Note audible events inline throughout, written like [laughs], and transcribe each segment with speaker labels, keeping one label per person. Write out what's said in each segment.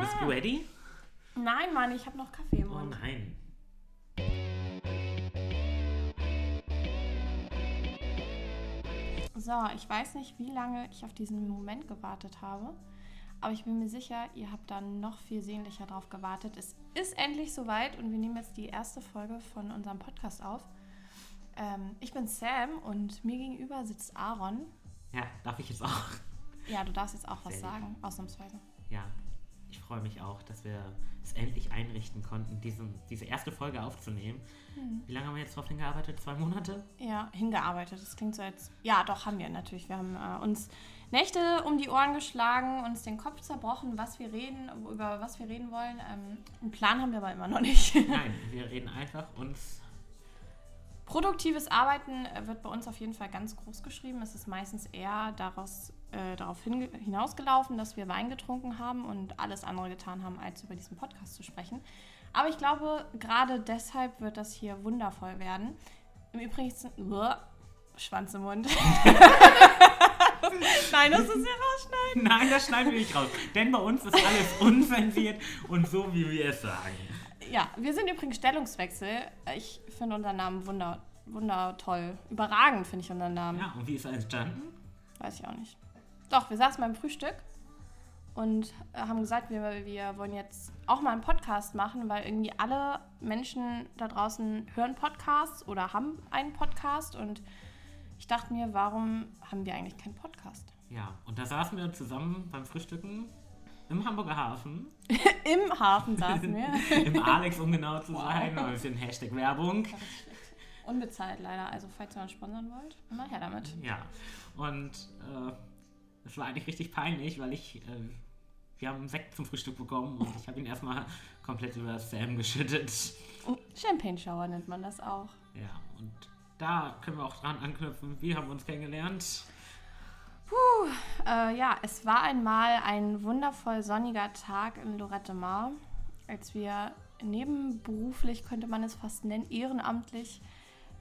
Speaker 1: Bist du ready?
Speaker 2: Nein, Mann, ich habe noch Kaffee im
Speaker 1: Oh
Speaker 2: Mund.
Speaker 1: nein.
Speaker 2: So, ich weiß nicht, wie lange ich auf diesen Moment gewartet habe, aber ich bin mir sicher, ihr habt da noch viel sehnlicher drauf gewartet. Es ist endlich soweit und wir nehmen jetzt die erste Folge von unserem Podcast auf. Ähm, ich bin Sam und mir gegenüber sitzt Aaron.
Speaker 1: Ja, darf ich jetzt auch? [laughs]
Speaker 2: Ja, du darfst jetzt auch
Speaker 1: Sehr
Speaker 2: was
Speaker 1: lieb.
Speaker 2: sagen, ausnahmsweise.
Speaker 1: Ja, ich freue mich auch, dass wir es endlich einrichten konnten, diesen, diese erste Folge aufzunehmen. Wie lange haben wir jetzt drauf hingearbeitet? Zwei Monate?
Speaker 2: Ja, hingearbeitet. Das klingt so als. Ja, doch, haben wir natürlich. Wir haben äh, uns Nächte um die Ohren geschlagen, uns den Kopf zerbrochen, was wir reden, über was wir reden wollen. Ähm, einen Plan haben wir aber immer noch nicht. [laughs]
Speaker 1: Nein, wir reden einfach und
Speaker 2: Produktives Arbeiten äh, wird bei uns auf jeden Fall ganz groß geschrieben. Es ist meistens eher daraus, äh, darauf hin, hinausgelaufen, dass wir Wein getrunken haben und alles andere getan haben, als über diesen Podcast zu sprechen. Aber ich glaube, gerade deshalb wird das hier wundervoll werden. Im Übrigen, Uah, Schwanz im Mund. [laughs] Nein, das ist ja
Speaker 1: [laughs]
Speaker 2: rausschneiden.
Speaker 1: Nein, das schneiden wir nicht raus. Denn bei uns ist alles unzensiert und so, wie wir es sagen.
Speaker 2: Ja, wir sind übrigens Stellungswechsel. Ich finde unseren Namen wunder, wundertoll. Überragend finde ich unseren Namen.
Speaker 1: Ja, und wie ist er entstanden?
Speaker 2: Weiß ich auch nicht. Doch, wir saßen beim Frühstück und äh, haben gesagt, wir, wir wollen jetzt auch mal einen Podcast machen, weil irgendwie alle Menschen da draußen hören Podcasts oder haben einen Podcast und ich dachte mir, warum haben wir eigentlich keinen Podcast?
Speaker 1: Ja, und da saßen wir zusammen beim Frühstücken im Hamburger Hafen.
Speaker 2: Im Hafen saßen wir.
Speaker 1: Im Alex, um genau zu sein. Ein bisschen Hashtag Werbung.
Speaker 2: Unbezahlt leider, also falls ihr uns sponsern wollt, immer her damit.
Speaker 1: Ja, und äh, es war eigentlich richtig peinlich, weil ich, äh, wir haben Sekt zum Frühstück bekommen und ich habe ihn erstmal komplett über Sam geschüttet.
Speaker 2: Champagne Shower nennt man das auch.
Speaker 1: Ja, und da können wir auch dran anknüpfen. Wir haben uns kennengelernt.
Speaker 2: Äh, ja, es war einmal ein wundervoll sonniger Tag in Lorette Mar, als wir nebenberuflich, könnte man es fast nennen, ehrenamtlich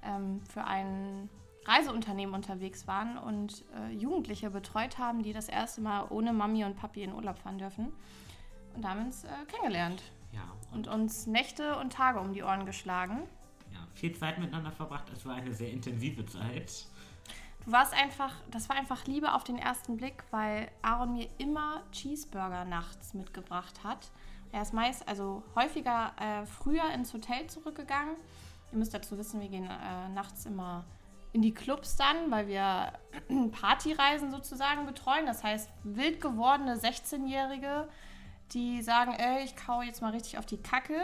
Speaker 2: ähm, für ein Reiseunternehmen unterwegs waren und äh, Jugendliche betreut haben, die das erste Mal ohne Mami und Papi in Urlaub fahren dürfen. Und da haben wir uns äh, kennengelernt
Speaker 1: Ja, und
Speaker 2: und uns Nächte und Tage um die Ohren geschlagen.
Speaker 1: ja, viel Zeit miteinander verbracht. Es war eine sehr intensive Zeit.
Speaker 2: Du warst einfach, das war einfach Liebe auf den ersten Blick, weil Aaron mir immer Cheeseburger nachts mitgebracht hat. Er ist meist, also häufiger äh, früher ins Hotel zurückgegangen. Ihr müsst dazu wissen, wir gehen äh, nachts immer in die Clubs dann, weil wir [clears throat] Partyreisen sozusagen betreuen. Das heißt, wild gewordene 16-Jährige, die sagen, ey, ich kau jetzt mal richtig auf die Kacke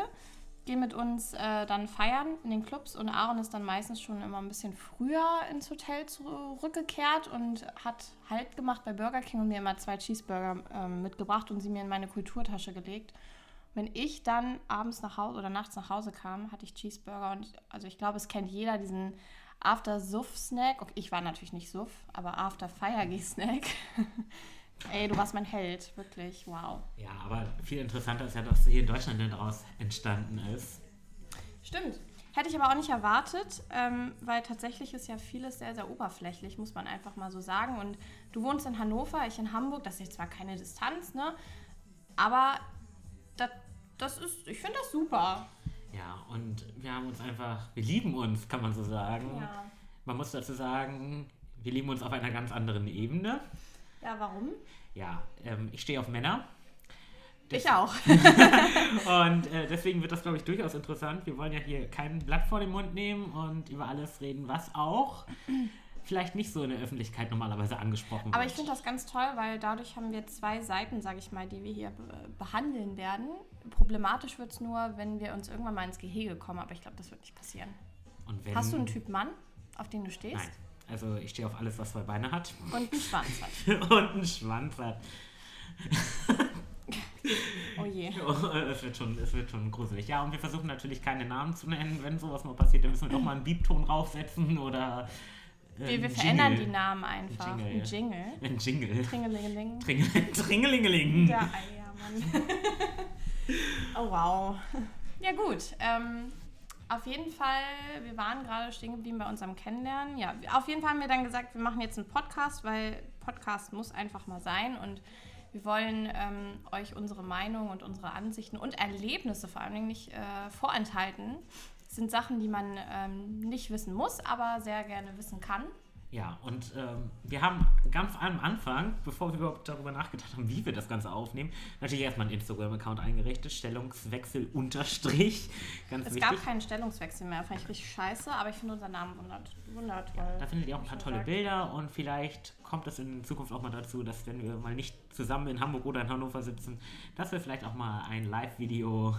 Speaker 2: gehen mit uns äh, dann feiern in den Clubs und Aaron ist dann meistens schon immer ein bisschen früher ins Hotel zurückgekehrt und hat Halt gemacht bei Burger King und mir immer zwei Cheeseburger ähm, mitgebracht und sie mir in meine Kulturtasche gelegt. Wenn ich dann abends nach Hause oder nachts nach Hause kam, hatte ich Cheeseburger und also ich glaube, es kennt jeder diesen After-Suff-Snack. Okay, ich war natürlich nicht Suff, aber After-Fire-Snack. [laughs] Ey, du warst mein Held, wirklich, wow.
Speaker 1: Ja, aber viel interessanter ist ja, dass hier in Deutschland dann daraus entstanden ist.
Speaker 2: Stimmt. Hätte ich aber auch nicht erwartet, ähm, weil tatsächlich ist ja vieles sehr, sehr oberflächlich, muss man einfach mal so sagen. Und du wohnst in Hannover, ich in Hamburg, das ist jetzt zwar keine Distanz, ne? Aber das, das ist, ich finde das super.
Speaker 1: Ja, und wir haben uns einfach, wir lieben uns, kann man so sagen.
Speaker 2: Ja.
Speaker 1: Man muss dazu sagen, wir lieben uns auf einer ganz anderen Ebene.
Speaker 2: Ja, warum?
Speaker 1: Ja, ähm, ich stehe auf Männer.
Speaker 2: ich auch.
Speaker 1: Und äh, deswegen wird das, glaube ich, durchaus interessant. Wir wollen ja hier kein Blatt vor den Mund nehmen und über alles reden, was auch vielleicht nicht so in der Öffentlichkeit normalerweise angesprochen
Speaker 2: Aber
Speaker 1: wird.
Speaker 2: ich finde das ganz toll, weil dadurch haben wir zwei Seiten, sage ich mal, die wir hier be behandeln werden. Problematisch wird es nur, wenn wir uns irgendwann mal ins Gehege kommen, aber ich glaube, das wird nicht passieren.
Speaker 1: und wenn,
Speaker 2: Hast du einen Typ Mann, auf den du stehst?
Speaker 1: Ähm. Nein. Also ich stehe auf alles, was zwei Beine hat [laughs]
Speaker 2: Und einen Schwanz hat.
Speaker 1: und einen Schwanz hat.
Speaker 2: Oh je.
Speaker 1: Oh, Es wird, schon, es wird schon gruselig. Ja, und wir versuchen natürlich keine Namen zu nennen. Wenn sowas mal passiert, dann müssen wir doch mal einen Biebton raufsetzen oder. äh,
Speaker 2: Wir, wir
Speaker 1: einen
Speaker 2: verändern
Speaker 1: Jingle.
Speaker 2: die Namen einfach.
Speaker 1: Ein
Speaker 2: Ein
Speaker 1: Jingle,
Speaker 2: Jingle.
Speaker 1: Einen Jingle.
Speaker 2: Tringelingeling.
Speaker 1: Tringel- [laughs] Tringelingeling. [laughs]
Speaker 2: Der Eiermann. ah, oh wow. Ja gut. Ähm, auf jeden Fall, wir waren gerade stehen geblieben bei unserem Kennenlernen. Ja, auf jeden Fall haben wir dann gesagt, wir machen jetzt einen Podcast, weil Podcast muss einfach mal sein. Und Wir wollen ähm, euch unsere Meinung und unsere Ansichten und Erlebnisse vor allen Dingen nicht äh, vorenthalten. Das sind Sachen, die man ähm, nicht wissen muss, aber sehr gerne wissen kann.
Speaker 1: Ja, und ähm, wir haben ganz am Anfang, bevor wir überhaupt darüber nachgedacht haben, wie wir das Ganze aufnehmen, natürlich erstmal einen Instagram-Account eingerichtet, Stellungswechsel [laughs] unterstrich. Ganz
Speaker 2: Es
Speaker 1: wichtig.
Speaker 2: gab keinen Stellungswechsel mehr, fand ich richtig scheiße, aber ich finde unseren Namen wundert, wundertoll.
Speaker 1: Da findet ihr auch ein
Speaker 2: Wie
Speaker 1: paar
Speaker 2: schon
Speaker 1: tolle
Speaker 2: gesagt.
Speaker 1: Bilder und vielleicht kommt es in Zukunft auch mal dazu, dass wenn wir mal nicht zusammen in Hamburg oder in Hannover sitzen, dass wir vielleicht auch mal ein Live-Video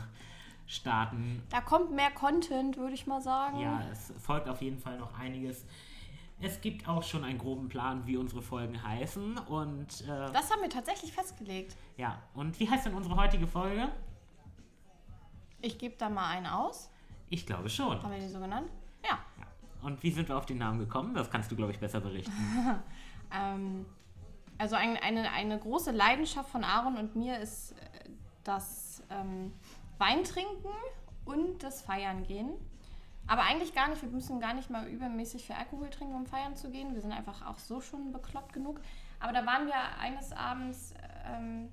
Speaker 1: starten.
Speaker 2: Da kommt mehr Content, würde ich mal sagen.
Speaker 1: Ja, es folgt auf jeden Fall noch einiges. Es gibt auch schon einen groben Plan, wie unsere Folgen heißen. Und äh,
Speaker 2: Das haben wir tatsächlich festgelegt.
Speaker 1: ja, und wie heißt denn unsere heutige Folge?
Speaker 2: Ich gebe da mal einen aus.
Speaker 1: Ich glaube schon.
Speaker 2: Haben wir die so genannt? Ja.
Speaker 1: Ja. Und wie sind wir auf den Namen gekommen? Das kannst du, glaube ich, besser berichten.
Speaker 2: Ähm, also ein, eine, eine große Leidenschaft von Aaron und mir ist äh, das ähm, Weintrinken und das Feiern gehen. Aber eigentlich gar nicht, wir müssen gar nicht mal übermäßig viel Alkohol trinken, um feiern zu gehen. Wir sind einfach auch so schon bekloppt genug. Aber da waren wir eines Abends ähm,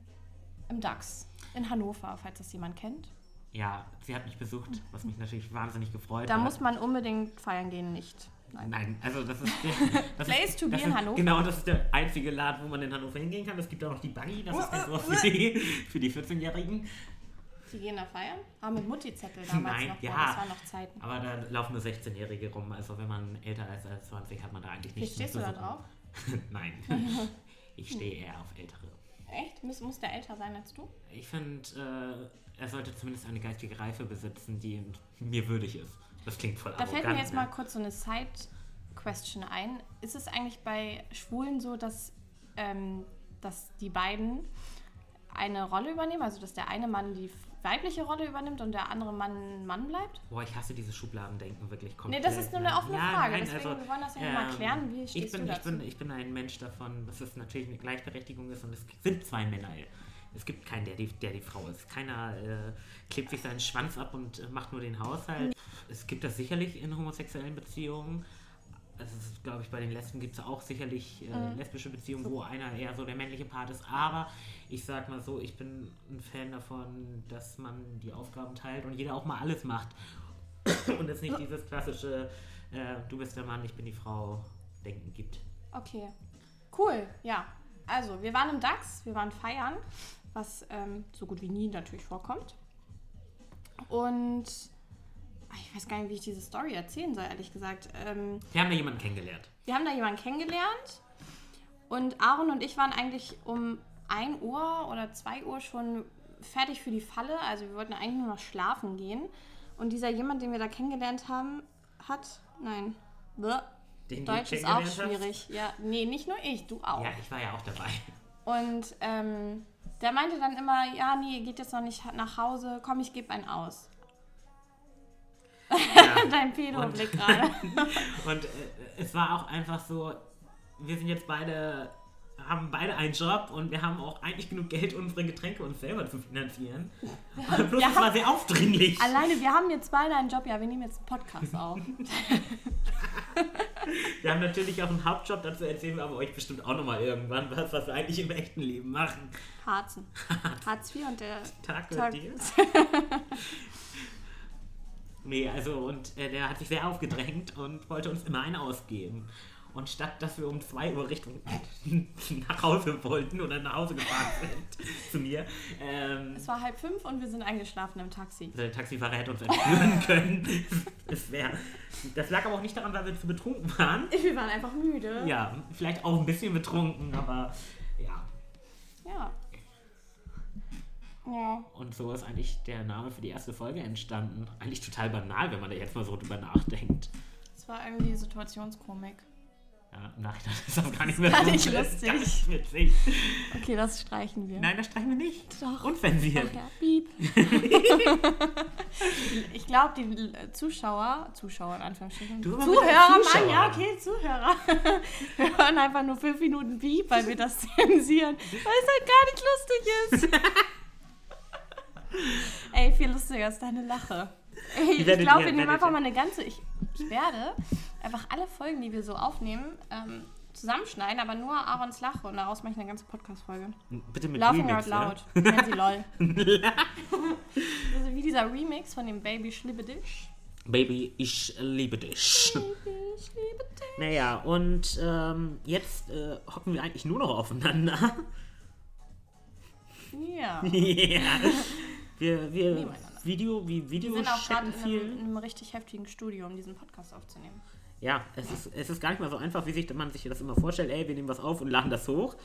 Speaker 2: im DAX in Hannover, falls das jemand kennt.
Speaker 1: Ja, sie hat mich besucht, was mich natürlich wahnsinnig gefreut
Speaker 2: Da
Speaker 1: hat.
Speaker 2: muss man unbedingt feiern gehen, nicht.
Speaker 1: Nein, also das ist
Speaker 2: [laughs]
Speaker 1: der das
Speaker 2: Place
Speaker 1: ist,
Speaker 2: to be
Speaker 1: das
Speaker 2: in
Speaker 1: ist,
Speaker 2: Hannover.
Speaker 1: Genau, das ist der einzige Laden, wo man in Hannover hingehen kann. Es gibt auch noch die Buggy, das ist dann so für die, für die 14-Jährigen.
Speaker 2: Die gehen da feiern? Haben Ah,
Speaker 1: [laughs]
Speaker 2: mit Mutti-Zettel damals
Speaker 1: Nein,
Speaker 2: noch.
Speaker 1: ja.
Speaker 2: mal, Das waren noch Zeiten.
Speaker 1: Aber da laufen nur 16-Jährige rum. Also wenn man älter ist als 20, hat man da eigentlich
Speaker 2: Wie
Speaker 1: nichts
Speaker 2: stehst du
Speaker 1: zu
Speaker 2: da
Speaker 1: suchen.
Speaker 2: drauf?
Speaker 1: [laughs] Nein,
Speaker 2: [laughs]
Speaker 1: ich stehe eher auf Ältere.
Speaker 2: Echt? Muss, muss der älter sein als du?
Speaker 1: Ich finde, äh, er sollte zumindest eine geistige Reife besitzen, die mir würdig ist. Das klingt voll
Speaker 2: Da
Speaker 1: arrogant.
Speaker 2: fällt mir jetzt
Speaker 1: ne?
Speaker 2: mal kurz so eine Side-Question ein. Ist es eigentlich bei Schwulen so, dass, ähm, dass die beiden eine Rolle übernehmen? Also, dass der eine Mann die weibliche Rolle übernimmt und der andere Mann ein Mann bleibt?
Speaker 1: Boah, ich hasse dieses Schubladendenken wirklich
Speaker 2: Nee,
Speaker 1: komplett.
Speaker 2: das ist nur eine
Speaker 1: ne?
Speaker 2: offene
Speaker 1: Ja,
Speaker 2: Frage.
Speaker 1: nein,
Speaker 2: Deswegen,
Speaker 1: also,
Speaker 2: wir wollen das ja nochmal
Speaker 1: ähm,
Speaker 2: klären. Wie stehst
Speaker 1: ich bin,
Speaker 2: du
Speaker 1: ich
Speaker 2: dazu?
Speaker 1: bin, ich bin ein Mensch davon, dass es natürlich eine Gleichberechtigung ist und es sind zwei Männer. Es gibt keinen, der die, der die Frau ist. Keiner äh, klebt sich seinen Schwanz ab und äh, macht nur den Haushalt. Es gibt das sicherlich in homosexuellen Beziehungen. Also, es ist, glaube ich, bei den Lesben gibt es auch sicherlich äh,
Speaker 2: Mhm.
Speaker 1: lesbische Beziehungen, wo einer eher so der männliche Part ist. Aber ich sag mal so, ich bin ein Fan davon, dass man die Aufgaben teilt und jeder auch mal alles macht. Und es nicht dieses klassische, äh, du bist der Mann, ich bin die Frau, Denken gibt.
Speaker 2: Okay. Cool, ja. Also, wir waren im DAX, wir waren feiern, was ähm, so gut wie nie natürlich vorkommt. Und ah, ich weiß gar nicht, wie ich diese Story erzählen soll, ehrlich gesagt. Ähm,
Speaker 1: Wir haben da jemanden kennengelernt.
Speaker 2: wir haben da jemanden kennengelernt und Aaron und ich waren eigentlich um 1 Uhr oder 2 Uhr schon fertig für die Falle. Also, wir wollten eigentlich nur noch schlafen gehen. Und dieser jemand, den wir da kennengelernt haben, hat. Nein. Bäh.
Speaker 1: Den du
Speaker 2: Deutsch ist auch
Speaker 1: kennengelernt hast.
Speaker 2: schwierig. Ja, nee, nicht nur ich, du auch.
Speaker 1: Ja, ich war ja auch dabei.
Speaker 2: Und ähm, der meinte dann immer, ja, nee, geht jetzt noch nicht nach Hause, komm, ich gebe einen aus.
Speaker 1: Ja.
Speaker 2: [laughs] Dein
Speaker 1: [laughs]
Speaker 2: Pedo-Blick gerade.
Speaker 1: Und äh, es war auch einfach so, wir sind jetzt beide, haben beide einen Job und wir haben auch eigentlich genug Geld, unsere Getränke uns selber zu finanzieren. Und bloß
Speaker 2: Ja.
Speaker 1: es war sehr aufdringlich.
Speaker 2: Alleine, wir haben jetzt beide einen Job, ja, wir nehmen jetzt einen Podcast auf.
Speaker 1: Wir haben natürlich auch einen Hauptjob, dazu erzählen wir aber euch bestimmt auch nochmal irgendwann was, was wir eigentlich im echten Leben machen.
Speaker 2: [laughs] Harzen. Hartz IV und der
Speaker 1: Tag
Speaker 2: Tag.
Speaker 1: mit dir. [laughs] Nee, also und äh, der hat sich sehr aufgedrängt und wollte uns immer einen ausgeben. Und statt dass wir um 2 Uhr Richtung [laughs] nach Hause wollten oder nach Hause gefahren sind zu mir, ähm,
Speaker 2: Es war halb fünf und wir sind eingeschlafen im Taxi.
Speaker 1: der Taxifahrer hätte uns entführen [laughs] können. Es wär, das lag aber auch nicht daran, weil wir zu betrunken waren.
Speaker 2: Wir waren einfach müde.
Speaker 1: Ja, vielleicht auch ein bisschen betrunken, aber ja.
Speaker 2: Ja. Ja.
Speaker 1: Und so ist eigentlich der Name für die erste Folge entstanden. Eigentlich total banal, wenn man da jetzt mal so drüber nachdenkt.
Speaker 2: Es war irgendwie Situationskomik.
Speaker 1: Ja, im Nachhinein ist das gar nicht mehr
Speaker 2: gar
Speaker 1: so
Speaker 2: nicht
Speaker 1: Das ist gar
Speaker 2: lustig.
Speaker 1: nicht witzig.
Speaker 2: Okay, das streichen wir.
Speaker 1: Nein, das streichen wir nicht.
Speaker 2: Doch.
Speaker 1: Und wenn sie
Speaker 2: Ach ja, piep. [laughs] ich glaube, die äh, Zuschauer, Zuschauer in Anführungsstrichen,
Speaker 1: Du immer mit
Speaker 2: Zuhörer,
Speaker 1: den Zuschauern.
Speaker 2: Mann, ja, okay, Zuhörer, [laughs] wir hören einfach nur fünf Minuten Piep, weil wir das [laughs] zensieren, weil es halt gar nicht lustig
Speaker 1: [laughs]
Speaker 2: ist. Ey, viel lustiger ist deine Lache. Ey, ich
Speaker 1: werdet
Speaker 2: glaube,
Speaker 1: ihr-
Speaker 2: wir nehmen
Speaker 1: werdet
Speaker 2: einfach
Speaker 1: ihr-
Speaker 2: mal eine ganze, ich, ich werde einfach alle Folgen, die wir so aufnehmen, ähm, zusammenschneiden, aber nur Aarons Lache und daraus mache ich eine ganze Podcast-Folge.
Speaker 1: Bitte mit
Speaker 2: Laughing
Speaker 1: Remix, ne?
Speaker 2: Out Loud. Nennen sie LOL.
Speaker 1: [laughs]
Speaker 2: [laughs] also wie dieser Remix von dem Baby Schlibbedisch.
Speaker 1: Ja? Baby, ich liebe dich.
Speaker 2: [laughs] Baby Schlibbedisch.
Speaker 1: Naja, und ähm, jetzt äh, hocken wir eigentlich nur noch aufeinander. [laughs]
Speaker 2: Ja.
Speaker 1: ja. Wir, wir
Speaker 2: Nebeneinander.
Speaker 1: Video, wie
Speaker 2: Wir
Speaker 1: Video
Speaker 2: sind auch
Speaker 1: chatten
Speaker 2: gerade in, einem- in
Speaker 1: viel.
Speaker 2: einem richtig heftigen Studio, um diesen Podcast aufzunehmen.
Speaker 1: Ja, es ist, es ist gar nicht mal so einfach, wie sich man sich das immer vorstellt. Ey, wir nehmen was auf und laden das hoch.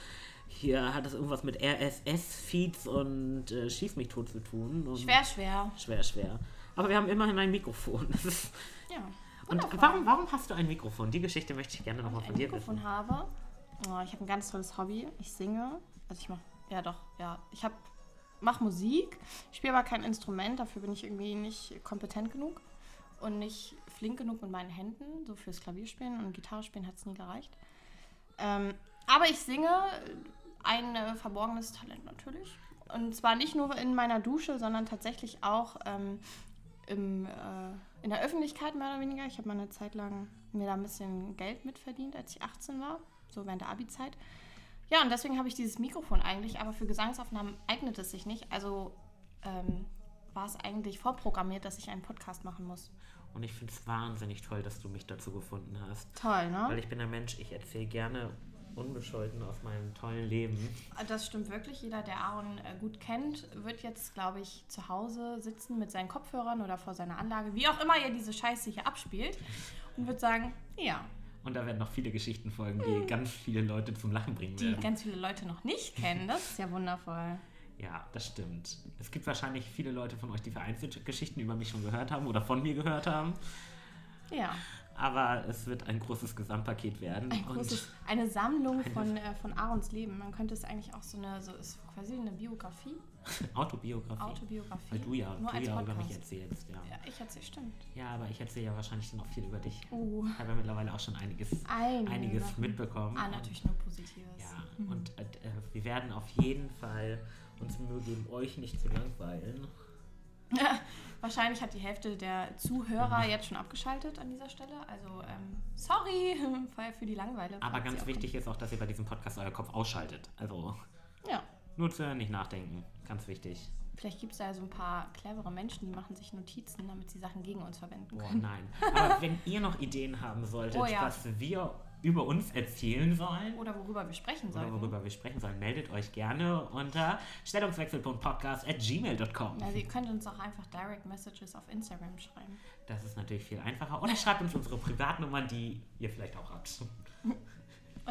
Speaker 1: Hier hat das irgendwas mit RSS-Feeds und äh, Schieß mich tot zu tun. Und
Speaker 2: Schwer, schwer.
Speaker 1: Schwer, schwer. Aber wir haben immerhin ein Mikrofon. Das ist
Speaker 2: Ja.
Speaker 1: und
Speaker 2: Wundervoll.
Speaker 1: warum, warum hast du ein Mikrofon? Die Geschichte möchte ich gerne nochmal
Speaker 2: ich ein
Speaker 1: von dir wissen.
Speaker 2: Mikrofon habe. Oh, ich habe ein ganz tolles Hobby. Ich singe. Also ich mache, ja doch, ja. Ich habe, mache Musik, spiele aber kein Instrument. Dafür bin ich irgendwie nicht kompetent genug und nicht flink genug mit meinen Händen. So fürs Klavierspielen und Gitarre spielen hat es nie gereicht. Ähm, aber ich singe ein äh, verborgenes Talent natürlich. Und zwar nicht nur in meiner Dusche, sondern tatsächlich auch ähm, im, äh, in der Öffentlichkeit mehr oder weniger. Ich habe mal eine Zeit lang mir da ein bisschen Geld mitverdient, als ich 18 war, so während der Abi-Zeit. Ja, und deswegen habe ich dieses Mikrofon eigentlich, aber für Gesangsaufnahmen eignet es sich nicht. Also ähm, war es eigentlich vorprogrammiert, dass ich einen Podcast machen muss.
Speaker 1: Und ich finde es wahnsinnig toll, dass du mich dazu gefunden hast.
Speaker 2: Toll,
Speaker 1: Weil
Speaker 2: ne?
Speaker 1: ich bin ein Mensch, ich erzähle gerne unbescholten aus meinem tollen Leben.
Speaker 2: Das stimmt wirklich. Jeder, der Aaron äh, gut kennt, wird jetzt, glaube ich, zu Hause sitzen mit seinen Kopfhörern oder vor seiner Anlage, wie auch immer ihr diese Scheiße hier abspielt, und wird sagen, ja,
Speaker 1: Und da werden noch viele Geschichten folgen, die ganz viele Leute zum Lachen bringen
Speaker 2: die
Speaker 1: werden.
Speaker 2: ganz viele Leute noch nicht kennen. Das ist ja wundervoll.
Speaker 1: Ja, das stimmt. Es gibt wahrscheinlich viele Leute von euch, die vereinzelte Geschichten über mich schon gehört haben oder von mir gehört haben.
Speaker 2: Ja,
Speaker 1: Aber es wird ein großes Gesamtpaket werden.
Speaker 2: ein
Speaker 1: und
Speaker 2: großes, eine Sammlung von, äh, von Aarons Leben. Man könnte es eigentlich auch so eine, so ist quasi eine Biografie,
Speaker 1: [laughs] Autobiografie.
Speaker 2: Autobiografie.
Speaker 1: Weil du ja,
Speaker 2: nur
Speaker 1: du
Speaker 2: als
Speaker 1: ja über
Speaker 2: Podcast.
Speaker 1: mich erzählst. Ja.
Speaker 2: Ja, ich erzähle, stimmt.
Speaker 1: ja, aber ich erzähle ja wahrscheinlich dann auch viel über dich.
Speaker 2: Oh,
Speaker 1: Ich habe ja mittlerweile auch schon einiges,
Speaker 2: Einige
Speaker 1: einiges
Speaker 2: Sachen.
Speaker 1: mitbekommen.
Speaker 2: ah,
Speaker 1: Und-
Speaker 2: natürlich nur Positives.
Speaker 1: Ja, und äh, wir werden auf jeden Fall uns Mühe geben, euch nicht zu langweilen.
Speaker 2: Wahrscheinlich hat die Hälfte der Zuhörer jetzt schon abgeschaltet an dieser Stelle. Also, ähm, sorry [laughs] vorher für die Langeweile.
Speaker 1: Aber
Speaker 2: falls sie
Speaker 1: ganz
Speaker 2: auch
Speaker 1: wichtig ist auch, dass ihr bei diesem Podcast euer Kopf ausschaltet. Also
Speaker 2: kommt. Ja,
Speaker 1: nur zuhören, nicht nachdenken. Ganz wichtig.
Speaker 2: vielleicht gibt es da ja so ein paar clevere Menschen, die machen sich Notizen, damit sie Sachen gegen uns verwenden
Speaker 1: Boah,
Speaker 2: können.
Speaker 1: nein. Aber wenn ihr noch Ideen haben solltet,
Speaker 2: Oh ja.
Speaker 1: was wir über uns erzählen sollen
Speaker 2: Oder worüber wir sprechen
Speaker 1: oder
Speaker 2: sollten.
Speaker 1: worüber wir sprechen sollen, meldet euch gerne unter stellungswechsel.podcast.gmail.com.
Speaker 2: Also ihr könnt uns auch einfach Direct Messages auf Instagram schreiben.
Speaker 1: Das ist natürlich viel einfacher. Oder schreibt uns unsere Privatnummern, die ihr vielleicht auch habt.
Speaker 2: Und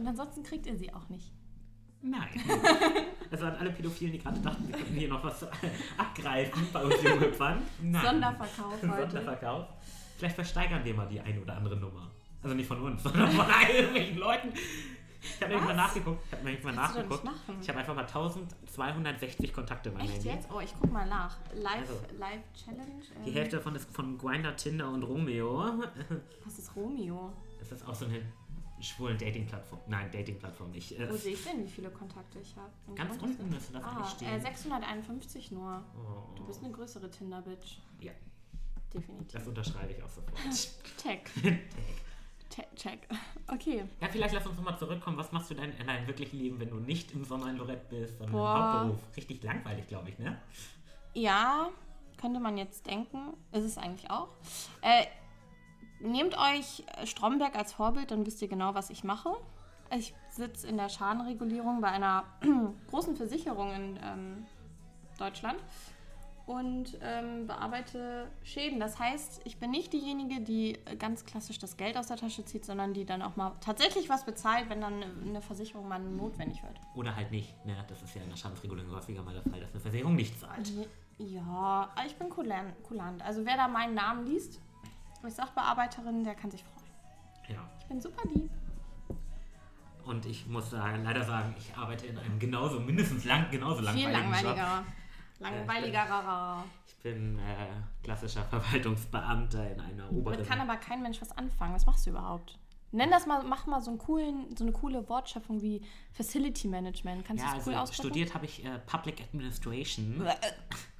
Speaker 2: ansonsten kriegt ihr sie auch nicht. [laughs]
Speaker 1: Nein. Also an alle Pädophilen, die gerade dachten, sie könnten hier noch was abgreifen bei uns Junghüpfern. Nein.
Speaker 2: Sonderverkauf heute.
Speaker 1: [laughs] Sonderverkauf. Vielleicht versteigern wir mal die eine oder andere Nummer. Also nicht von uns, sondern
Speaker 2: [laughs]
Speaker 1: von irgendwelchen Leuten. Ich habe mal nachgeguckt. Ich habe nämlich mal
Speaker 2: Kannst du doch
Speaker 1: nachgeguckt.
Speaker 2: nicht machen.
Speaker 1: Ich habe einfach mal 1260 Kontakte in meinem
Speaker 2: Echt
Speaker 1: Handy.
Speaker 2: jetzt? Oh, ich guck mal nach. Live,
Speaker 1: Also.
Speaker 2: Live Challenge. Ähm,
Speaker 1: Die Hälfte davon ist von Grindr, Tinder und Romeo.
Speaker 2: Was ist Romeo?
Speaker 1: Das ist auch so eine schwulen Dating-Plattform. Nein, Dating-Plattform nicht. Äh,
Speaker 2: Wo sehe ich denn, wie viele Kontakte ich habe?
Speaker 1: Ganz unten müsste das
Speaker 2: Ah,
Speaker 1: eigentlich stehen.
Speaker 2: äh, 651 nur.
Speaker 1: Oh.
Speaker 2: Du bist eine größere Tinder-Bitch.
Speaker 1: Ja,
Speaker 2: Definitiv.
Speaker 1: das unterschreibe ich auch sofort.
Speaker 2: [laughs]
Speaker 1: [laughs]
Speaker 2: Check. Check. Check. [laughs] Okay.
Speaker 1: Ja, vielleicht lass uns nochmal zurückkommen. Was machst du denn in deinem wirklichen Leben, wenn du nicht im Sommer in Lorette bist, sondern
Speaker 2: Boah.
Speaker 1: im Hauptberuf? Richtig langweilig, glaube ich, ne?
Speaker 2: Ja, könnte man jetzt denken. Ist es eigentlich auch. Äh, nehmt euch Stromberg als Vorbild, dann wisst ihr genau, was ich mache. Ich sitze in der Schadenregulierung bei einer [clears throat] großen Versicherung in ähm, Deutschland und ähm, bearbeite Schäden. Das heißt, ich bin nicht diejenige, die ganz klassisch das Geld aus der Tasche zieht, sondern die dann auch mal tatsächlich was bezahlt, wenn dann eine Versicherung mal notwendig wird.
Speaker 1: Oder halt nicht. Ne? Das ist ja in der Schadensregulierung häufiger mal der Fall, dass eine Versicherung nicht zahlt.
Speaker 2: Ja, aber ich bin kulan- kulant. Also wer da meinen Namen liest, als Sachbearbeiterin, der kann sich freuen.
Speaker 1: Ja.
Speaker 2: Ich bin super lieb.
Speaker 1: Und ich muss sagen, leider sagen, ich arbeite in einem genauso, mindestens lang, genauso
Speaker 2: Viel
Speaker 1: langweiligen Job.
Speaker 2: langweiliger.
Speaker 1: Langweiligerer.
Speaker 2: Langweiligerer.
Speaker 1: Ich bin äh, klassischer Verwaltungsbeamter in einer oberen...
Speaker 2: Damit kann aber kein Mensch was anfangen. Was machst du überhaupt? Nenn das mal, mach mal so, einen coolen, so eine coole Wortschöpfung wie Facility Management. Kannst
Speaker 1: ja,
Speaker 2: du das cool
Speaker 1: also
Speaker 2: ausdrücken?
Speaker 1: studiert habe ich äh, Public Administration.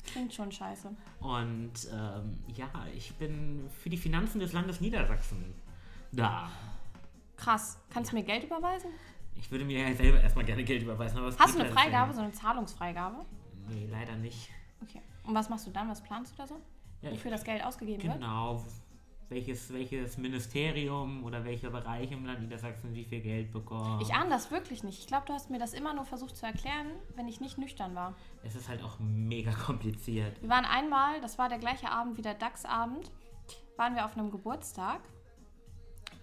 Speaker 2: Klingt schon scheiße.
Speaker 1: Und ähm, ja, ich bin für die Finanzen des Landes Niedersachsen da.
Speaker 2: Krass. Kannst du mir Geld überweisen?
Speaker 1: Ich würde mir ja selber erstmal gerne Geld überweisen. Aber es
Speaker 2: Hast du
Speaker 1: geht
Speaker 2: eine
Speaker 1: leider
Speaker 2: Freigabe, so eine Zahlungsfreigabe?
Speaker 1: nicht. Nee, leider nicht.
Speaker 2: Okay. Und was machst du dann? Was planst du da so?
Speaker 1: Ja, ich-
Speaker 2: Wofür das Geld ausgegeben wird?
Speaker 1: Genau. Welches, welches Ministerium oder welcher Bereich im Land Niedersachsen wie viel Geld bekommt.
Speaker 2: Ich ahne das wirklich nicht. Ich glaube, du hast mir das immer nur versucht zu erklären, wenn ich nicht nüchtern war.
Speaker 1: es ist halt auch mega kompliziert.
Speaker 2: Wir waren einmal, das war der gleiche Abend wie der DAX-Abend, waren wir auf einem Geburtstag.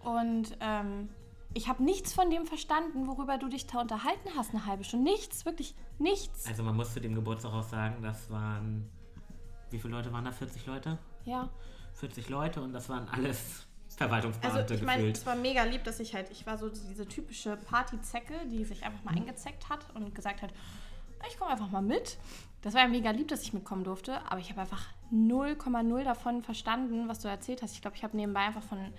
Speaker 2: Und ähm, ich habe nichts von dem verstanden, worüber du dich da unterhalten hast, eine halbe Stunde. Nichts, wirklich nichts.
Speaker 1: Also man muss zu dem Geburtstag auch sagen, das waren. Wie viele Leute waren da? 40 Leute?
Speaker 2: Ja.
Speaker 1: 40 Leute und das waren alles
Speaker 2: Also
Speaker 1: Verwaltungsbeamte
Speaker 2: ich meine,
Speaker 1: gefühlt.
Speaker 2: es war mega lieb, dass ich halt, ich war so diese typische Partyzecke, die sich einfach mal eingezeckt hat und gesagt hat, ich komme einfach mal mit. Das war ja mega lieb, dass ich mitkommen durfte, aber ich habe einfach 0,0 davon verstanden, was du erzählt hast. Ich glaube, ich habe nebenbei einfach von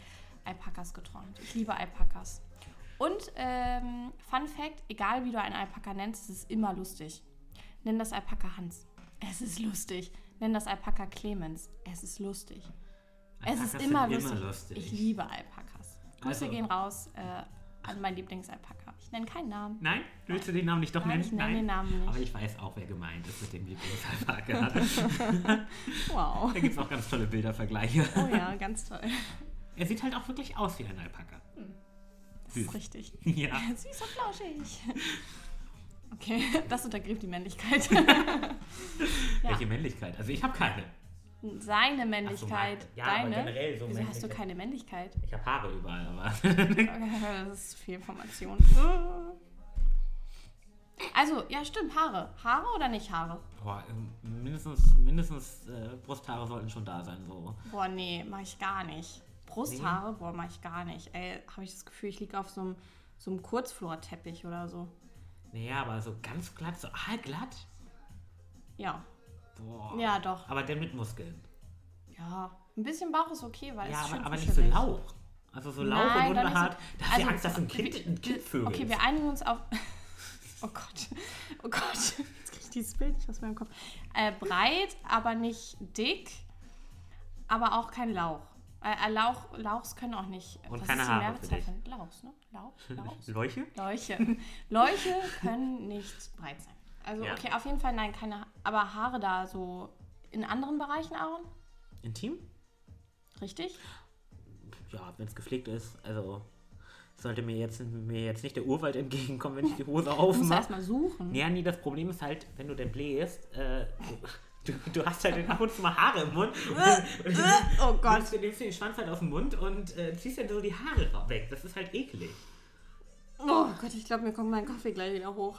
Speaker 2: Alpakas geträumt. Ich liebe Alpakas. Und ähm, Fun Fact, egal wie du einen Alpaka nennst, es ist immer lustig. Nenn das Alpaka Hans. Es ist lustig. Nenn das Alpaka Clemens. Es ist lustig. Es
Speaker 1: Alpakas
Speaker 2: ist
Speaker 1: sind
Speaker 2: immer lustig. Ich
Speaker 1: lustig.
Speaker 2: liebe Alpakas. Grüße
Speaker 1: Also-
Speaker 2: gehen raus äh, an mein Lieblingsalpaka. Ich nenne keinen Namen.
Speaker 1: Nein? Willst du den Namen nicht doch
Speaker 2: Nein,
Speaker 1: nennen?
Speaker 2: ich nenne den Namen nicht.
Speaker 1: Aber ich weiß auch, wer gemeint ist mit dem Lieblingsalpaka.
Speaker 2: [laughs] Wow.
Speaker 1: da gibt es auch ganz tolle Bildervergleiche.
Speaker 2: Oh ja, ganz toll.
Speaker 1: Er sieht halt auch wirklich aus wie ein Alpaka. [laughs]
Speaker 2: Das
Speaker 1: Süß.
Speaker 2: ist richtig. [laughs]
Speaker 1: Ja.
Speaker 2: Süß und
Speaker 1: [laughs]
Speaker 2: flauschig. Okay, das untergräbt
Speaker 1: [laughs]
Speaker 2: die Männlichkeit. Ja.
Speaker 1: Welche Männlichkeit? Also ich habe keine.
Speaker 2: Seine Männlichkeit,
Speaker 1: meine. Ja, aber
Speaker 2: deine.
Speaker 1: generell so
Speaker 2: Wieso hast du
Speaker 1: Männlichkeit.
Speaker 2: keine Männlichkeit?
Speaker 1: Ich habe Haare überall, aber. [laughs]
Speaker 2: Okay, das ist zu viel Information. Also, ja, stimmt, Haare. Haare oder nicht Haare?
Speaker 1: Boah, ähm, mindestens mindestens äh, Brusthaare sollten schon da sein. So.
Speaker 2: Boah, nee, mach ich gar nicht. Brusthaare, boah, mach ich gar nicht. Ey, habe ich das Gefühl, ich liege auf so einem, so einem Kurzflorteppich oder so.
Speaker 1: Naja, aber so ganz glatt, so aalglatt.
Speaker 2: Ja.
Speaker 1: Boah.
Speaker 2: Ja, doch.
Speaker 1: Aber der mit Muskeln.
Speaker 2: Ja. Ein bisschen Bauch ist okay, weil
Speaker 1: ja,
Speaker 2: es ist schön
Speaker 1: aber, aber nicht so
Speaker 2: kuschelig.
Speaker 1: Lauch. Also so Lauch
Speaker 2: Nein,
Speaker 1: und
Speaker 2: doch nicht so-
Speaker 1: unbehaart. Da hast du
Speaker 2: also,
Speaker 1: Angst, dass ein Kind,
Speaker 2: wir-
Speaker 1: ein kind Vögel
Speaker 2: Okay,
Speaker 1: ist.
Speaker 2: wir einigen uns auf. [laughs] Oh Gott. Oh Gott. [laughs] Jetzt krieg ich dieses Bild nicht aus meinem Kopf. Äh, breit, aber nicht dick. Aber auch kein Lauch. Äh, äh, Lauch, Lauchs können auch nicht.
Speaker 1: Und
Speaker 2: was
Speaker 1: keine
Speaker 2: ist die
Speaker 1: Haare für
Speaker 2: Mehrzahl
Speaker 1: dich.
Speaker 2: von Lauchs, ne?
Speaker 1: [laughs]
Speaker 2: Lauch, Lauchs.
Speaker 1: Leuche?
Speaker 2: Leuche. Leuche können nicht breit sein. Also,
Speaker 1: Ja.
Speaker 2: okay, auf jeden Fall nein, keine. Ha- Aber Haare da so in anderen Bereichen, Aaron?
Speaker 1: Intim?
Speaker 2: Richtig?
Speaker 1: Ja, wenn es gepflegt ist. Also sollte mir jetzt, mir jetzt nicht der Urwald [laughs] entgegenkommen, wenn ich die Hose
Speaker 2: Du musst
Speaker 1: aufmache.
Speaker 2: erstmal suchen.
Speaker 1: Ja, nee, das Problem ist halt, wenn du denn bläst, äh, du, du hast halt ab und zu mal Haare im Mund.
Speaker 2: Oh Gott.
Speaker 1: Nimmst du nimmst dir den Schwanz halt aus dem Mund und äh, ziehst dann so die Haare ra- weg. Das ist halt eklig.
Speaker 2: Oh Gott, ich glaube, mir kommt mein Kaffee gleich wieder hoch.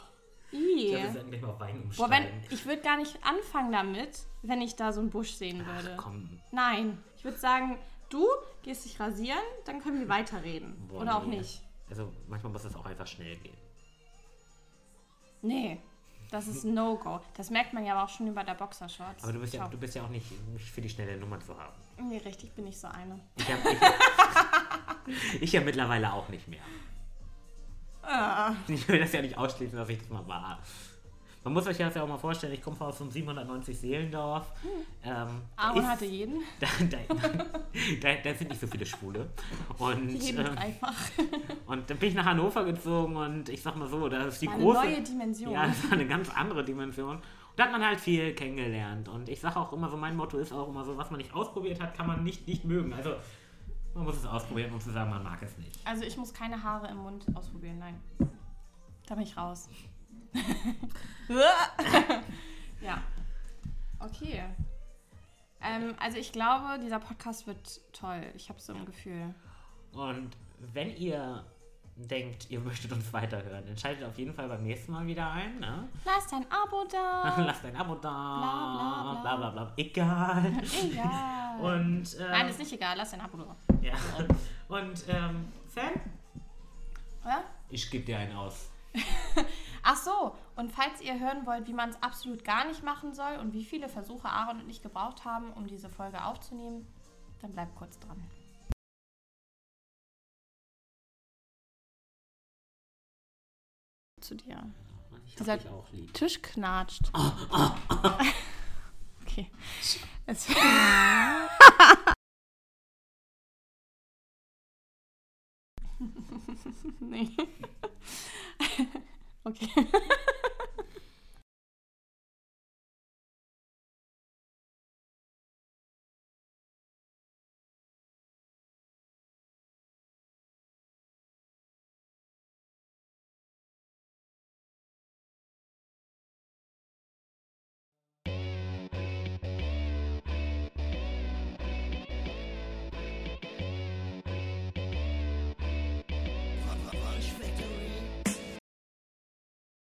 Speaker 1: Ich
Speaker 2: Ih.
Speaker 1: glaube, wir sollten gleich mal auf Wein
Speaker 2: Boah,
Speaker 1: umsteigen.
Speaker 2: wenn, ich würde gar nicht anfangen damit, wenn ich da so einen Busch sehen würde.
Speaker 1: Ach, komm.
Speaker 2: Nein. Ich würde sagen, du gehst dich rasieren, dann können wir weiterreden.
Speaker 1: Boah,
Speaker 2: Oder auch
Speaker 1: nee.
Speaker 2: nicht.
Speaker 1: Also manchmal muss das auch einfach schnell gehen.
Speaker 2: Nee. Das ist ein No-Go. Das merkt man ja aber auch schon über der Boxershorts.
Speaker 1: Aber du bist, ja,
Speaker 2: Ciao.
Speaker 1: du bist ja auch nicht, nicht für die schnelle Nummer zu haben.
Speaker 2: Nee, richtig bin ich so eine.
Speaker 1: Ich, hab,
Speaker 2: [laughs]
Speaker 1: ich, ich ja mittlerweile auch nicht mehr. [laughs] Ich will das ja nicht ausschließen, dass ich das mal war. Man muss euch das ja auch mal vorstellen, ich komme aus einem 790 Seelendorf. Ähm, da
Speaker 2: Aaron
Speaker 1: ist-
Speaker 2: Hm.
Speaker 1: [laughs]
Speaker 2: hatte jeden.
Speaker 1: da, da, da, da sind nicht so viele Schwule. Und,
Speaker 2: Jeden
Speaker 1: ähm,
Speaker 2: dreifach.
Speaker 1: und dann bin ich nach Hannover gezogen und ich sag mal so, das ist die
Speaker 2: War eine
Speaker 1: große.
Speaker 2: neue Dimension.
Speaker 1: Ja, das war eine ganz andere Dimension. Und Da hat man halt viel kennengelernt. Und ich sage auch immer so, mein Motto ist auch immer so, was man nicht ausprobiert hat, kann man nicht nicht mögen. Also man muss es ausprobieren, um zu sagen, man mag es nicht.
Speaker 2: Also ich muss keine Haare im Mund ausprobieren, nein. Da bin ich raus. [laughs] ja. Okay. Ähm, also ich glaube, dieser Podcast wird toll. Ich habe so ein Gefühl.
Speaker 1: Und wenn ihr denkt, ihr möchtet uns weiterhören, dann schaltet auf jeden Fall beim nächsten Mal wieder ein. Ne?
Speaker 2: Lasst ein Abo
Speaker 1: [laughs]
Speaker 2: da.
Speaker 1: Lasst ein Abo da.
Speaker 2: Bla, bla, bla.
Speaker 1: bla, bla. Egal.
Speaker 2: Egal.
Speaker 1: Und, ähm,
Speaker 2: Nein, ist nicht egal. Lasst ein Abo da.
Speaker 1: Ja. Und ähm, Sam?
Speaker 2: Oder?
Speaker 1: Ich gebe dir einen aus.
Speaker 2: Ach so, und falls ihr hören wollt, wie man es absolut gar nicht machen soll und wie viele Versuche Aaron und ich gebraucht haben, um diese Folge aufzunehmen, dann bleibt kurz dran. Zu dir.
Speaker 1: Ich
Speaker 2: Dieser-
Speaker 1: hab dich auch lieb.
Speaker 2: Tisch knatscht. ah, Okay. Es [laughs] nee. [laughs] okay.